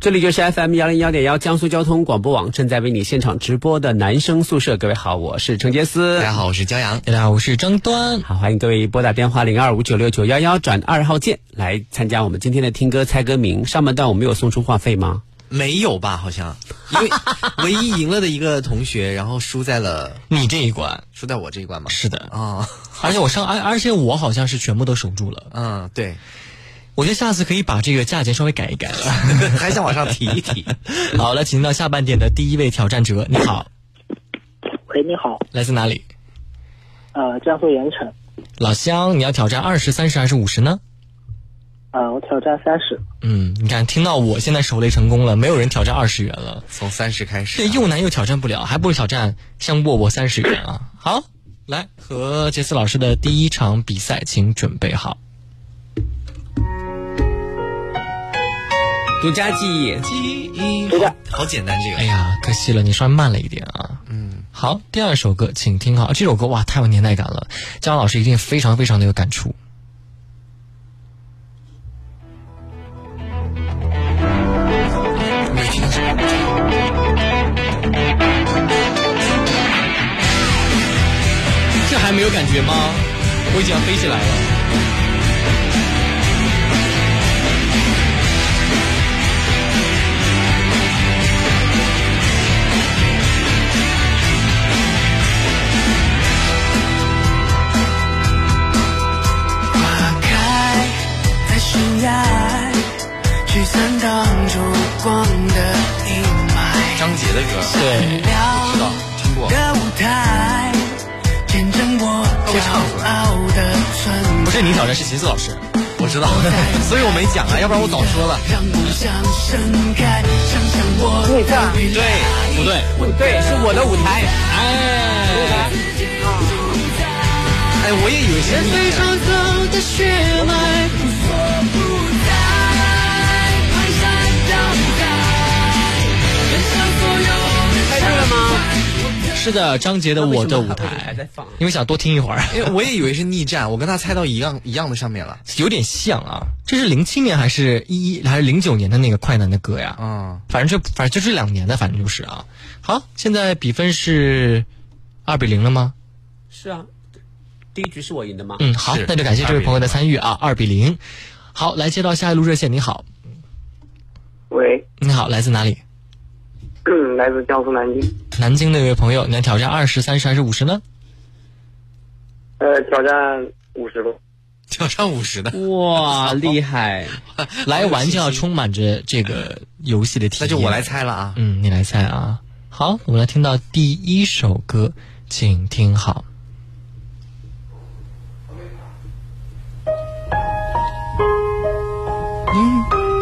S1: 这里就是 FM 幺零幺点幺江苏交通广播网正在为你现场直播的男生宿舍。各位好，我是陈杰斯。
S2: 大家好，我是江阳。
S3: 大家哎好，我是张端。
S1: 好，欢迎各位拨打电话零二五九六九幺幺转二号键来参加我们今天的听歌猜歌名。上半段我们有送出话费吗？
S2: 没有吧？好像，因为唯一赢了的一个同学，然后输在了
S3: 你这一关，
S2: 输在我这一关吗？
S3: 是的
S2: 啊，
S3: 而且我上，而而且我好像是全部都守住了。
S2: 嗯，对，
S3: 我觉得下次可以把这个价钱稍微改一改了，
S2: 还想往上提一提。
S3: 好了，请到下半点的第一位挑战者，你好，
S16: 喂，你好，
S3: 来自哪里？
S5: 啊
S16: 呃，江苏盐城，
S3: 老乡，你要挑战二十、三十还是五十呢？
S5: 啊
S16: 呃，我挑战三十，
S3: 嗯，你看，听到我现在手雷成功了，没有人挑战二十元了，
S2: 从三十开始
S3: 对，又难又挑战不了，还不如挑战像沃沃三十元啊！好，来和杰斯老师的第一场比赛，请准备好。
S1: 独家记忆，
S2: 记忆，
S16: 独家，
S2: 好简单这个。
S3: 哎呀，可惜了，你稍微慢了一点啊。嗯，好，第二首歌，请听好，这首歌哇，太有年代感了，姜老师一定非常非常的有感触。
S2: 这还没有感觉吗？我已经要飞起来了。
S8: 花开在悬崖，聚散挡住光的阴霾。
S2: 张杰的歌，嗯
S3: 对
S8: 我
S2: 知道，听过。
S8: 的舞台，见证我骄傲的存在。
S3: 不是你挑战，是杰斯老师。
S2: 我知道， 所以我没讲啊，要不然我早说了。
S8: 让梦想盛开，想想我
S5: 对
S8: 的
S5: 的
S8: 未来。
S3: 不对，
S1: 对，是我的舞台。
S3: 哎，
S2: 哎，我也以为是你。
S8: 上走的血脉，无所不在，排山倒海，奔向所有的
S1: 猜对了吗？
S3: 是的，张杰的《我的舞台》，
S1: 放
S3: 因为想多听一会儿，
S2: 因为我也以为是逆战，我跟他猜到一样一样的上面了。
S3: 有点像啊。这是零七年还是一一还是零九年的那个快男的歌呀？
S2: 嗯，
S3: 反正就反正就这两年的，反正就是啊。好，现在比分是二比零了吗？
S1: 是啊，第一局是我赢的吗？
S3: 嗯，好
S2: 是，
S3: 那就感谢这位朋友的参与啊，二比零。好，来接到下一路热线，你好，
S5: 喂，
S3: 你好，来自哪里？
S5: 嗯，来自江苏南京，
S3: 南京的一位朋友，你要挑战二十、三十还是五十呢？
S5: 呃，挑战五十个，
S2: 挑战五十的，
S3: 嗯
S1: 嗯哇，厉害！
S3: 来玩就要充满着这个游戏的体
S2: 那
S3: 验。
S2: 就我来。猜了啊。
S3: 嗯，你来猜啊。好，我们来听到第一首歌，请听好。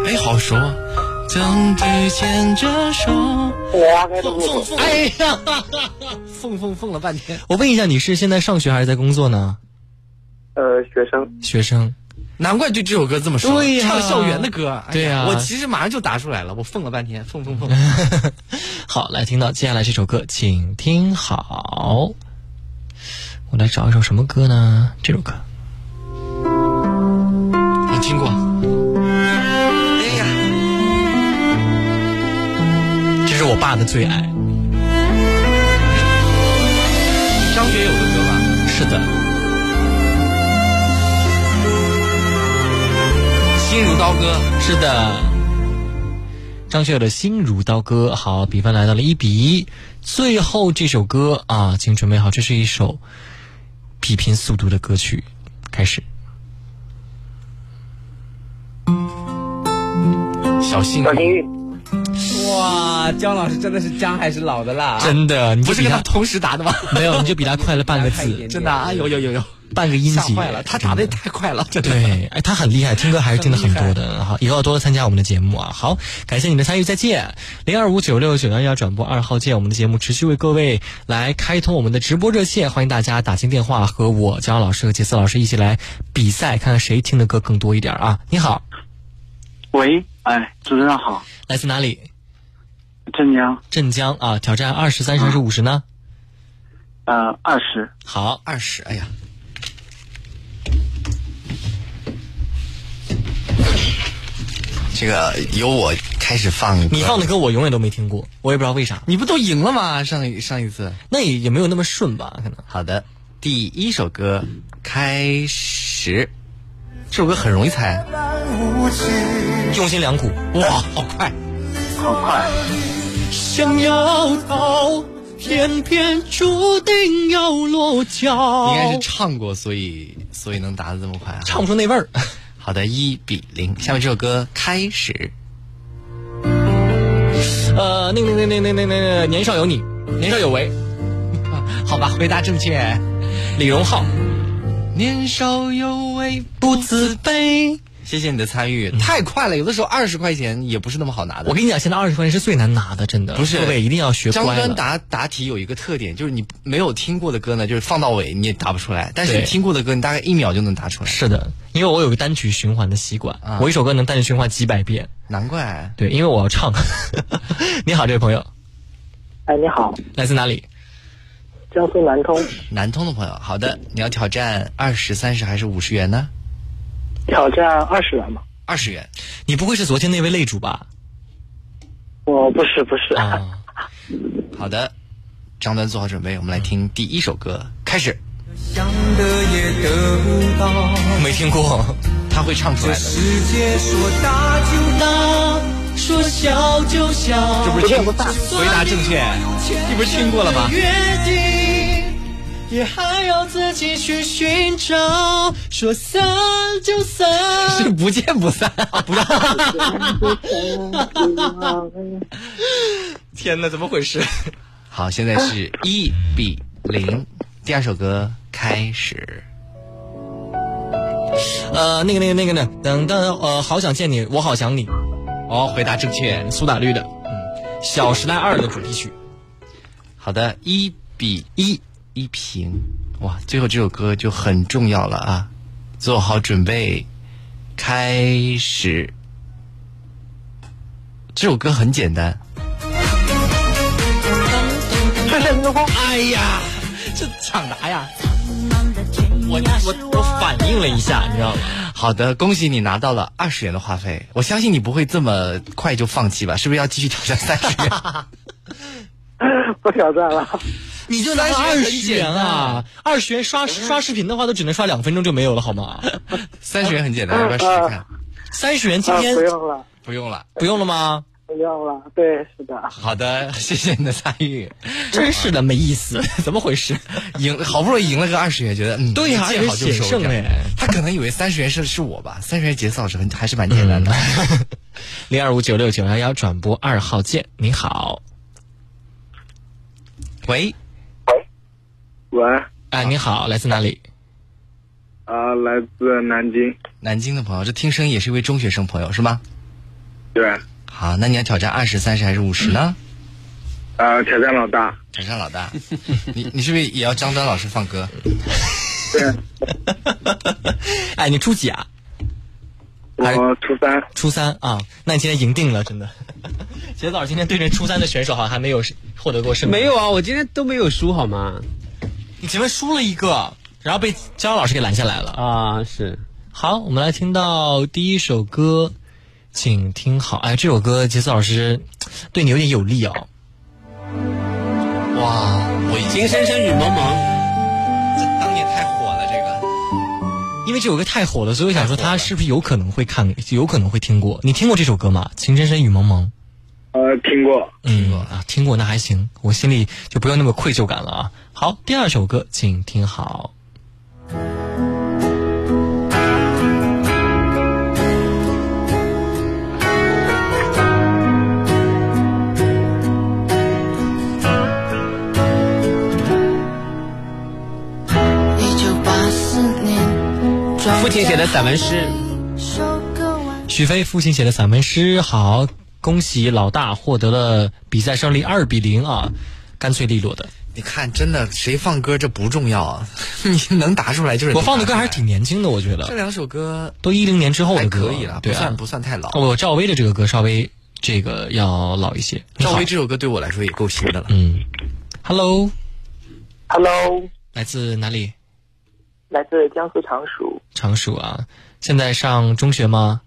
S2: 哎，好熟啊！
S8: 曾指牵着手，
S5: 我拉开的路，
S2: 凤，
S3: 哎呀，
S2: 凤凤凤了半天。
S3: 我问一下，你是现在上学还是在工作呢？
S5: 呃，学生，
S3: 学生。
S2: 难怪对这首歌这么熟，
S3: 对呀
S2: 唱校园的歌。哎
S3: 对呀
S2: 我其实马上就答出来了，我凤了半天，凤凤凤。
S3: 好，来听到接下来这首歌，请听好。我来找一首什么歌呢？这首歌，
S2: 我听过。哎呀，
S3: 这是我爸的最爱。
S2: 张学友的歌吧？
S3: 是的，
S2: 心如刀割。
S3: 是的。嗯张学友的《心如刀割》好，比分来到了一比一。最后这首歌啊，请准备好，这是一首比拼速度的歌曲，开始。
S2: 小幸
S5: 小金
S2: 运，
S5: 玉，
S1: 哇，姜老师真的是姜还是老的辣，
S3: 真的，你
S2: 不
S3: 就是比
S2: 跟他
S3: 他
S2: 同时答的吗？
S3: 没有，你就比他快了半个
S1: 快一点
S3: 字，
S2: 真的啊，有有有有，
S3: 半个音
S2: 吓
S3: 节。
S2: 坏了，他答的也太快了，真的。
S3: 对，哎，他很厉害，听歌还是听的很多的。好，以后要多参加我们的节目啊。好，感谢你的参与，再见。零二五九六九幺幺转播二号键，我们的节目持续为各位来开通我们的直播热线，欢迎大家打进电话和我姜老师和杰斯老师一起来比赛，看看谁听的歌更多一点啊。你好，
S4: 喂，哎，主持人好，
S3: 来自哪里？
S4: 镇江，
S3: 镇江啊，挑战二十三十还是五十呢？
S4: 呃，二十，
S3: 好，
S2: 二十，哎呀，这个由我开始放歌，
S3: 你放的歌我永远都没听过，我也不知道为啥，
S2: 你不都赢了吗？上一上一次，
S3: 那也也没有那么顺吧，可能。
S2: 好的，第一首歌开始，这首歌很容易猜，
S8: 无知
S3: 用心良苦，
S2: 哇，好快！
S4: 很快。
S8: 想要逃，偏偏注定要落脚。
S2: 应该是唱过，所以所以能答的这么快、啊，
S3: 唱不出那味儿。
S2: 好的，一比零。下面这首歌开始。
S3: 呃，那个、那个、那个、那个、那个、那个，年少有你，年少有为。
S2: 好吧，回答正确。
S3: 李荣浩，
S2: 年少有为不自卑。谢谢你的参与，太快了！有的时候二十块钱也不是那么好拿的。
S3: 嗯我跟你讲，现在二十块钱是最难拿的，真的。
S2: 不是，
S3: 各位一定要学乖
S2: 张端答答题有一个特点，就是你没有听过的歌呢，就是放到尾你也答不出来；但是你听过的歌，你大概一秒就能答出来。
S3: 是的，因为我有个单曲循环的习惯，啊、我一首歌能单曲循环几百遍。
S2: 难怪。啊
S3: 对，因为我要唱。 你好，这位朋友。
S16: 哎，你好。
S3: 来自哪里？
S16: 江苏南通。
S2: 南通的朋友，好的，你要挑战二十三十还是五十元呢？
S16: 挑战二十元吧。
S2: 二十元，
S3: 你不会是昨天那位擂主吧？
S16: 我不是，不是。
S2: 啊、好的，张端做好准备，我们来听第一首歌，开始。
S8: 想得也得不到，
S2: 没听过，他会唱出来的。
S8: 世界说大就大，说小就小。
S2: 这不是听回答正确，这不是听过了吗？
S8: 也还要自己去寻找，说散就散，
S2: 是不见不散啊！
S3: 不让。
S2: 天哪，怎么回事？好，现在是一比零。第二首歌开始。
S3: 呃，那个、那个、那个呢？等等，呃，好想见你，我好想你。
S2: 哦，回答正确，
S3: 苏打绿的，嗯，《小时代二》的主题曲。
S2: 好的，一比一。一平，哇！最后这首歌就很重要了啊！做好准备，开始。这首歌很简单。
S16: 水水流光。
S3: 哎呀，这抢答呀！我我我反应了一下，你知道吗？
S2: 好的，恭喜你拿到了二十元的话费。我相信你不会这么快就放弃吧？是不是要继续挑战三十元？
S16: 不挑战了。
S3: 你就拿二十元啊！二十元刷刷视频的话，都只能刷两分钟就没有了，好吗？
S2: 三十元很简单，要不要试试看？
S3: 嗯三十元今天
S16: 啊不用了，
S2: 不用了，
S3: 不用了吗？
S16: 不用了，对，是的。
S2: 好的，谢谢你的参与，
S3: 真是的没意思，怎么回事？
S2: 赢好不容易赢了个二十元，觉得嗯，
S3: 对
S1: 啊
S3: 呀，
S2: 见好就收。
S1: 哎
S3: 哎
S2: 他可能以为三十元是是我吧？三十元结算是很还是蛮简单的。
S3: 零二五九六九幺幺转播二号键，你好，
S2: 喂。
S5: 喂，
S3: 哎，你好，来自哪里？
S5: 啊，来自南京。
S2: 南京的朋友，这听声音也是一位中学生朋友是吗？
S5: 对。
S2: 好，那你要挑战二十、三十还是五十呢？
S5: 啊，挑战老大。
S2: 挑战老 大，你你是不是也要张端老师放歌？
S5: 对。
S3: 哎，你初几啊？
S5: 我初三。
S3: 初三啊，那你今天赢定了，真的。 杰子老师今天对阵初三的选手好像还没有获得过胜利。
S1: 没有啊，我今天都没有输，好吗？
S3: 你前面输了一个，然后被焦老师给拦下来了
S1: 啊！是，
S3: 好，我们来听到第一首歌，请听好。哎，这首歌杰斯老师对你有点有利哦。
S2: 哇，我已
S1: 情深深雨蒙蒙，
S2: 这当年太火了这
S3: 个，因为这首歌太火了，所以我想说他是不是有可能会看，有可能会听过。你听过这首歌吗？情深深雨蒙蒙。
S5: 呃，听过，
S3: 听过、嗯、啊，听过那还行，我心里就不用那么愧疚感了啊。好，第二首歌，请听好。
S1: 父亲写的散文诗，
S3: 许飞父亲写的散文诗，好。恭喜老大获得了比赛胜利，二比零啊，干脆利落的。
S2: 你看，真的谁放歌这不重要啊， 你能答出来就是。
S3: 我放的歌还是挺年轻的，我觉得。
S2: 这两首歌
S3: 都一零年之后的歌，
S2: 可以了，
S3: 对
S2: 啊、不算不算太老。
S3: 我、哦、赵薇的这个歌稍微这个要老一些。
S2: 赵薇这首歌对我来说也够新的了。
S3: 嗯，Hello，Hello，Hello 来自哪里？
S16: 来自江苏常熟。
S3: 常熟啊，现在上中学吗？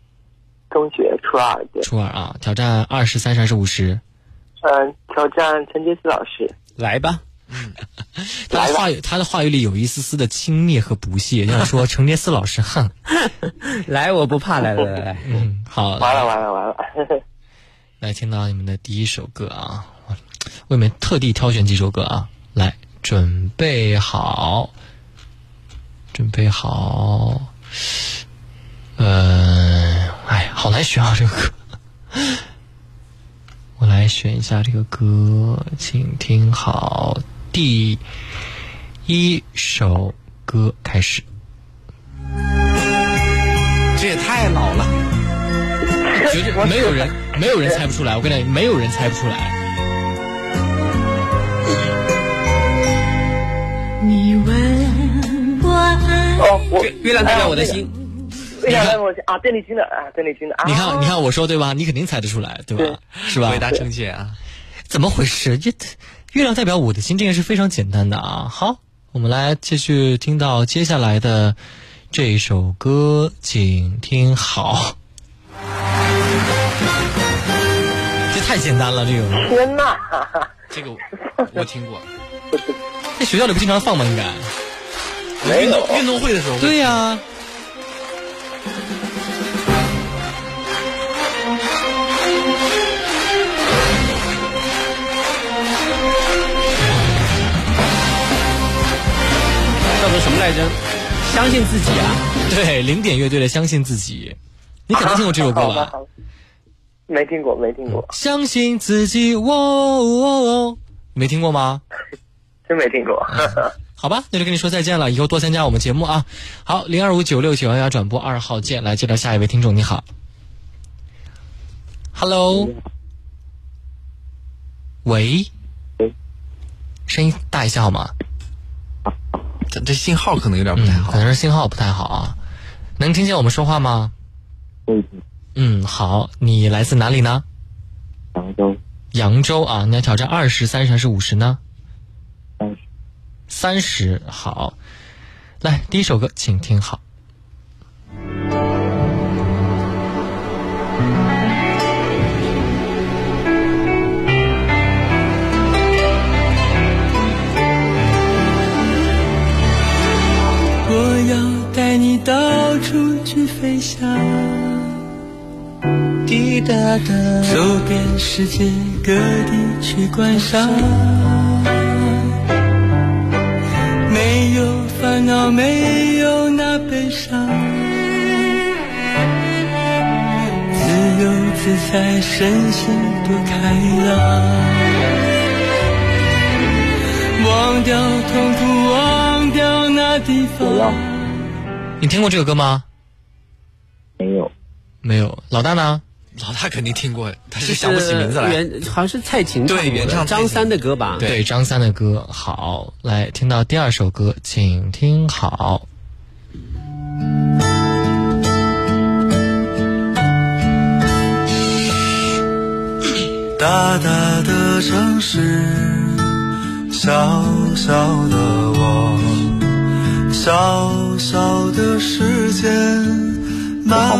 S16: 中学初二，对
S3: 初二啊，挑战二十、三十还是五十？
S16: 嗯，挑战陈杰斯老师。
S3: 来吧，他的话语，他的话语里有一丝丝的轻蔑和不屑，要说陈杰斯老师，哼，
S1: 来，我不怕，来来来，
S5: 啊
S3: 嗯，好，
S16: 完了完了完了，
S3: 来听到你们的第一首歌啊，我我们特地挑选几首歌啊，来准备好，准备好，呃，哎，好难选啊这个歌，我来选一下这个歌，请听好第一首歌开始。
S2: 这也太老了，
S3: 绝对没有人，没有人猜不出来。我跟你讲，没有人猜不出来。
S6: 你问我爱
S5: 哦，我
S1: 月月亮代表我的心。
S7: 哎
S5: 月亮代表我的心啊，邓丽君的啊，邓丽君的啊。
S3: 你看，你看我说对吧？你肯定猜得出来，对吧？是吧？
S2: 回答正确啊！
S3: 怎么回事？这月亮代表我的心，这个是非常简单的啊。好，我们来继续听到接下来的这首歌，请听好。这太简单了，这个
S5: 天呐，
S2: 这个我我听过，
S3: 在学校里不经常放吗？应该。
S2: 运动运动会的时候，
S3: 对呀、
S1: 叫做什么来着？相信自己啊！
S3: 对，零点乐队的《相信自己》，你肯定听过这首歌
S5: 好吧
S3: 吧？
S5: 好吧没听过，没听过，
S3: 相信自己，哦哦哦，没听过吗？
S5: 真没听过。
S3: 好吧，那就跟你说再见了，以后多参加我们节目啊。好，零二五九六九幺幺转播二号键，来接到下一位听众，你好，Hello，喂，声音大一些好吗？
S2: 这这信号可能有点不太好。
S3: 可能是信号不太好啊，能听见我们说话吗？
S17: 嗯，
S3: 嗯，好，你来自哪里呢？
S17: 扬州
S3: 扬州啊，你要挑战二十、三十还是五十呢？三十，好。来，第一首歌，请听好。
S8: 我要带你到处去飞翔，滴答答，走遍世界各地去观赏。没有烦恼，没有那悲伤，自由自在，身心多开朗。忘掉痛苦，忘掉那地方。
S3: 你听过这个歌吗？
S17: 没有。
S3: 没有。老大呢？
S2: 老大肯定听过，他是想不起名字来。
S1: 原好像是蔡琴唱
S2: 对
S1: 过的
S2: 原唱
S1: 张三的歌吧？
S3: 对，张三的歌。好，来听到第二首歌，请听好。
S18: 大大的城市，小小的我，小小的时间，慢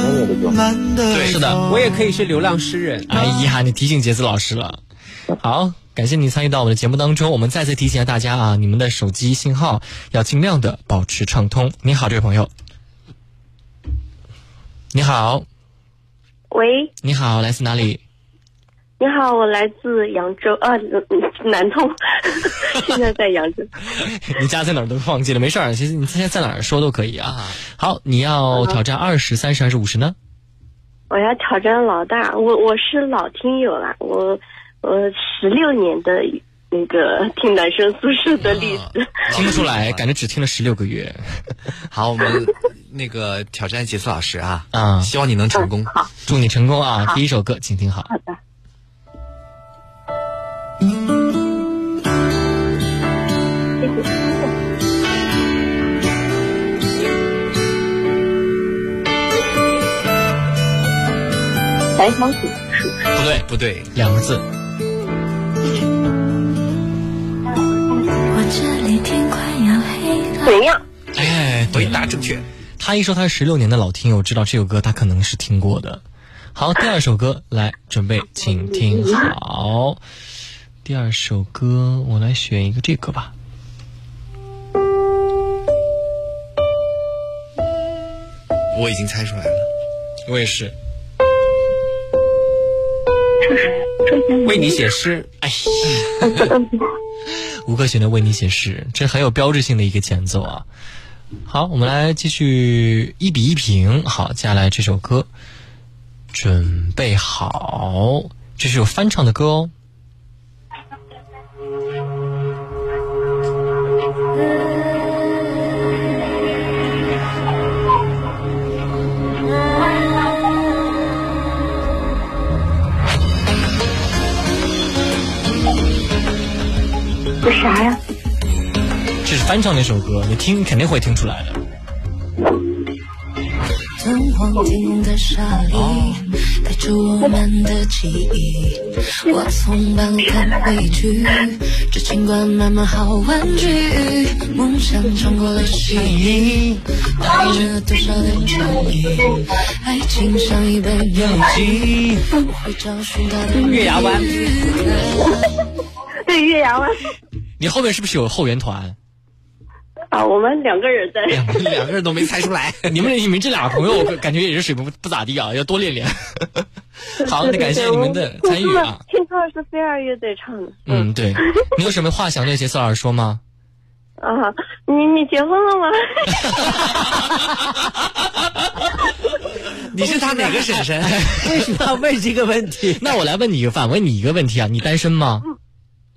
S18: 慢的
S1: 对，是的，我也可以是流浪诗人。
S3: 哎呀，你提醒杰子老师了。好，感谢你参与到我们的节目当中。我们再次提醒大家啊，你们的手机信号要尽量的保持畅通。你好，这位朋友。你好，
S19: 喂，
S3: 你好，来自哪里？
S19: 你好，我来自扬州啊，南通， 现在在扬州。
S3: 你家在哪儿都忘记了，没事儿，其实你现在在哪儿说都可以啊。好，你要挑战二十、三十还是五十呢？
S19: 我要挑战老大，我我是老听友啦，我我十六年的那个听男生宿舍的历史。
S3: 听不出来，感觉只听了十六个月。
S2: 好，我们那个挑战杰斯老师啊，
S3: 啊
S2: 希望你能成功。
S18: 嗯
S3: 祝你成功啊！
S2: 好
S3: 第一首歌，请听好。
S19: 白小鼠，
S2: 不对，不对，
S3: 两个字。
S6: 我这里天快要黑了。
S19: 怎样？
S3: 哎，
S2: 回答正确。
S3: 他一说他是十六年的老听友，知道这首歌他可能是听过的。好，第二首歌来准备，请听好。第二首歌，我来选一个这个吧。
S2: 我已经猜出来了，
S3: 我也是。
S1: 为你写诗，哎，
S3: 吴克群的《为你写诗》，这很有标志性的一个前奏啊。好，我们来继续一比一平。好，接下来这首歌，准备好，这是有翻唱的歌哦。
S19: 这啥呀？
S3: 这是翻唱的一首歌，你听肯定会听出来的。
S8: 灯光厅的沙砾盖住我们的记忆，我从半看回去，这情关慢慢好玩具，梦想穿过了记忆，带着多少的诚意，爱情像一本游记，我会找寻它的
S1: 月牙湾
S19: 对，岳阳湾
S3: 你后面是不是有后援团？
S19: 啊，我们两个人在。
S3: 两个人都没猜出来。 你们你们这俩朋友， 我感觉也是水平不不咋地啊，要多练练。好，那感谢你们的参与啊。。
S19: 听说是飞儿乐队唱的。
S3: 嗯， 对，你有什么话想对杰斯老师说 吗？
S19: 啊，你你结婚了吗？
S1: 你是他哪个婶婶？
S3: 为什么要问这个问题？那我来问你一个，反问你一个问题啊，你单身 吗？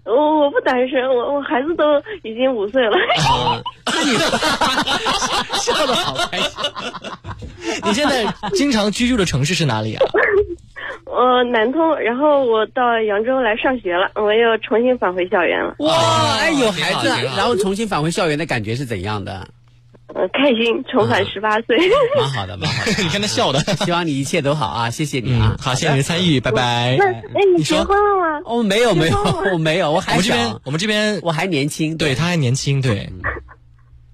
S19: 我我不单身，我我孩子都已经五岁了。
S3: 笑的好开心。你现在经常居住的城市是哪里啊？
S19: 我南通，然后我到扬州来上学了，我又重新返回校园了。
S1: 哇，哎，有孩子，
S19: 挺好挺好
S1: 然后重新返回校园的感觉是怎样的？
S19: 嗯，开心，重返十八岁。
S1: 蛮好的，蛮好的。
S3: 你看他笑的，
S1: 希望你一切都好啊！谢谢你啊！
S3: 嗯好，谢谢你的参与，拜
S20: 嗯
S3: 拜。
S19: 那那哎你结婚了吗？
S1: 哦，没有没
S19: 结
S1: 有
S19: 婚了吗，
S1: 我没有，我还
S3: 我们这边
S1: 小，
S3: 我们这边
S1: 我还年轻。
S3: 对，他还年轻，对。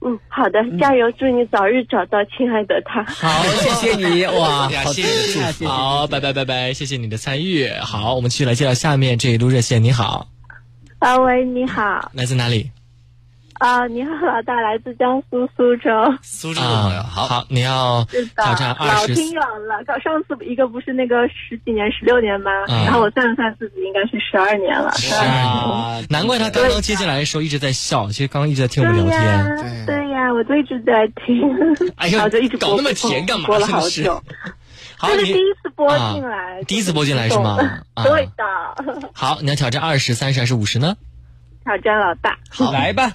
S19: 嗯，好的，加油，祝你早日找到亲爱的他。
S1: 好，谢谢你哇，
S3: 呀
S1: 好
S3: 谢谢
S1: 祝福
S3: 好，拜拜拜拜，谢谢你的参与。好，我们继续来接到下面这一路热线。你好，
S20: 啊，喂，你好，
S3: 来自哪里？
S20: 啊，你好，老大，来自江苏苏州，
S3: 苏州的朋友。好，啊好，你要
S20: 是的
S3: 挑战，二
S20: 老
S3: 十，
S20: 听友了。上上次一个不是那个十几年、十六年吗？
S3: 嗯
S20: 然后我算了算自己，应该是十二年了。
S3: 十二年，难怪他刚刚接进来的时候一直在笑，其实刚刚一直在听我们聊
S20: 对呀
S3: 天。，
S20: 对呀，我就一直在听，
S3: 哎
S20: 然
S3: 呀
S20: 后就一直，播
S3: 搞那么甜干嘛？
S20: 播了
S3: 真的
S20: 好
S3: 是
S20: 久，。
S3: 好，
S20: 这是
S3: 你
S20: 第一次播
S3: 啊
S20: 进来
S3: 第一次播进来是吗？啊，
S20: 对的，
S3: 好，你要挑战二十、三十还是五十呢？
S20: 挑战老大。
S1: 好，来吧。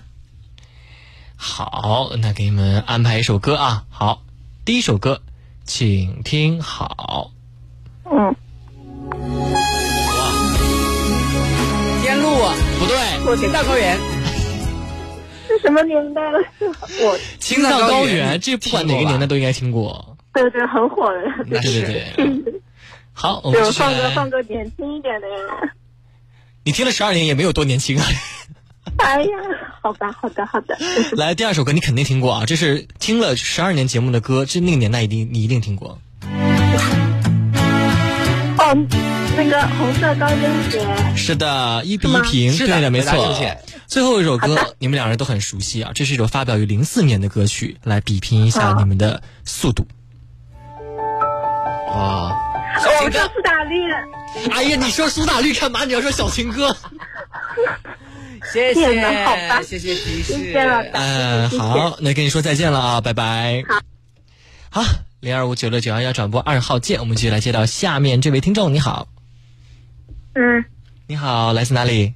S3: 好，那给你们安排一首歌啊。好，第一首歌，请听好。
S20: 嗯，
S1: 天路
S3: 不对，
S1: 我青藏高原。
S20: 这什么年代了？ 我
S3: 青藏高原，这不管哪个年代都应该听 过。
S20: 对对，很火的。
S3: 对对对。好，我们
S20: 就
S3: 继续
S20: 放歌
S3: 来。
S20: 放歌年轻一点的呀。
S3: 你听了十二年也没有多年轻 啊。
S20: 哎呀，好吧，好的，好的。
S3: 来，第二首歌你肯定听过啊，这是听了十二年节目的歌，这那个年代一定你一定听过。
S20: 哦，
S21: 嗯
S20: 那个红色高跟鞋，
S3: 是的，一比一平，
S2: 是吗
S3: 对
S2: 是的
S3: 没
S2: 回答
S3: 错
S2: 正确。
S3: 最后一首
S2: 好
S3: 歌
S2: 的，
S3: 你们两人都很熟悉啊，这是一首发表于零四年的歌曲，来比拼一下
S20: 好
S3: 你们的速度。哇！
S20: 哎我说苏打绿，
S3: 哎呀，你说苏打绿干嘛？你要说小情 歌？
S1: 谢
S20: 谢天哪好吧
S1: 谢谢提示。
S20: 谢谢老大。
S3: 嗯，
S20: 谢谢
S3: 好，那跟你说再见了啊，拜拜。好，零二五九六九幺幺转播二号键，我们继续来接到下面这位听众，你好，
S21: 嗯，
S3: 你好，来自哪里？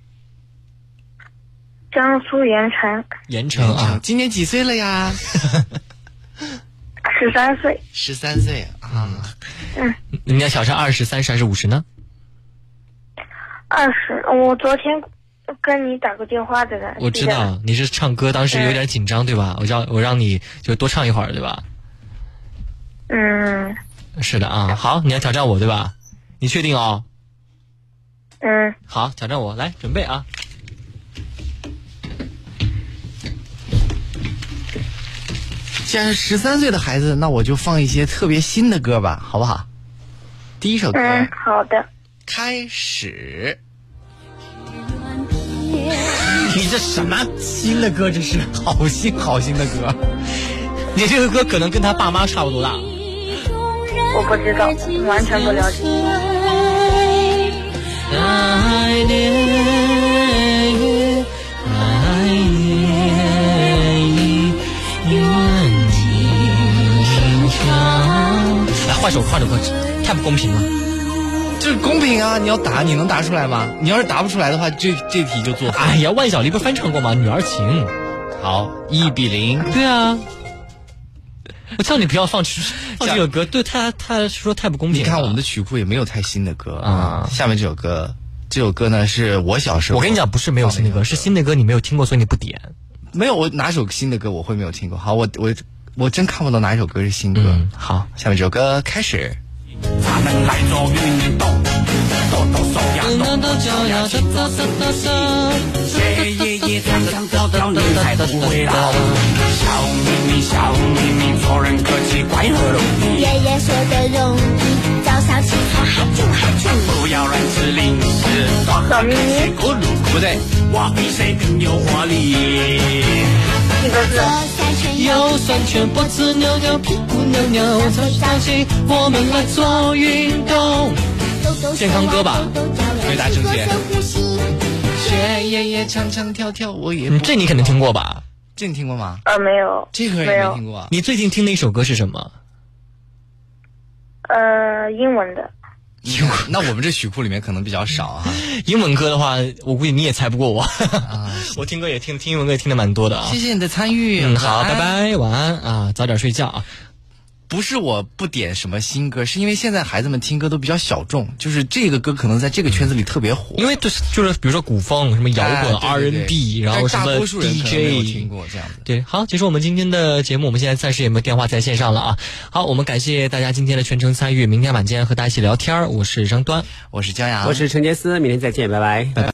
S21: 江苏盐城，
S3: 盐城啊，
S2: 嗯今年几岁了呀？
S21: 十三岁，
S2: 十三岁啊，
S21: 嗯，
S3: 你要挑战二十三十还是五十呢？
S21: 二十。我昨天跟你打过电话的呢，
S3: 我知道你是唱歌，当时有点紧张，对吧？我让我让你就多唱一会儿，对吧？
S21: 记得。嗯
S3: 是的啊，好，你要挑战我，对吧？你确定哦？
S21: 嗯，
S3: 好，挑战我，来准备啊！
S2: 既然是十三岁的孩子，那我就放一些特别新的歌吧，好不好？第一首歌
S21: 嗯，好的。
S2: 开始，
S3: 你这什么新的歌？这是好新好新的歌，你这个歌可能跟他爸妈差不多大。
S21: 我不知道，完全不了解。
S5: 爱恋，爱恋，愿天长。
S2: 来换首，换首歌，太不公平了。这公平啊！你要答，你能答出来吗？你要是答不出来的话，这这题就作废。哎呀，万晓利不是翻唱过吗？《女儿情》。好，一比零。
S3: 对啊，我叫你不要放 这放这首歌，对他他说太不公平
S2: 你
S3: 了。
S2: 看我们的曲库也没有太新的歌啊。下面这首歌，这首歌呢是我小时候。
S3: 我跟你讲，不是没有新的歌，是新的歌你没有听过，所以你不点。
S2: 没有我哪首新的歌我会没有听过？好，我我我真看不到哪一首歌是新歌。
S3: 嗯
S2: 好，下面这首歌开始。
S5: 咱们来做运动，抖抖手呀，抖抖脚呀，抖抖抖抖抖，学业业常常跳到你才不会老。小秘密，小秘密，做人客气，快乐容易。
S15: 爷爷说的容易，早上起床喊啾喊啾。
S5: 不要乱吃零食，多喝点水果露，不对，我比谁更有活力。
S15: 右
S5: 三圈，脖子扭扭，屁
S3: 嗯
S5: 股扭扭，早起早起，我们来做运动。
S2: 健康歌吧，回答正确。
S5: 学爷爷唱唱跳跳，我也
S3: 嗯，这你肯定听过吧？
S2: 这你听过吗？
S22: 呃，没有，
S2: 这个
S22: 没
S2: 也没
S22: 有
S2: 听，过啊。
S3: 你最近听的一首歌是什么？
S22: 呃，英文的，
S2: 英文？那我们这曲库里面可能比较少啊。
S3: 英文歌的话，我估计你也猜不过我。 我听歌也听听英文歌也听的蛮多的啊。
S2: 啊谢谢你的参与，
S3: 嗯，好，
S2: 晚安
S3: 拜。拜，晚安啊，早点睡觉啊。
S2: 不是我不点什么新歌，是因为现在孩子们听歌都比较小众，就是这个歌可能在这个圈子里特别火。
S3: 因为就是就是比如说古风、什么摇滚、
S2: 哎对对对
S3: R&B，然后
S2: 但
S3: 什
S2: 大
S3: 么
S2: 多数人可能没有
S3: DJ，
S2: 听过这样子。
S3: 对，好，结束我们今天的节目，我们现在暂时也没有电话在线上了啊。好，我们感谢大家今天的全程参与，明天晚间和大家一起聊天儿，我是张端，
S2: 我是江阳
S1: 我是陈杰斯，明天再见，拜拜。
S3: 拜拜。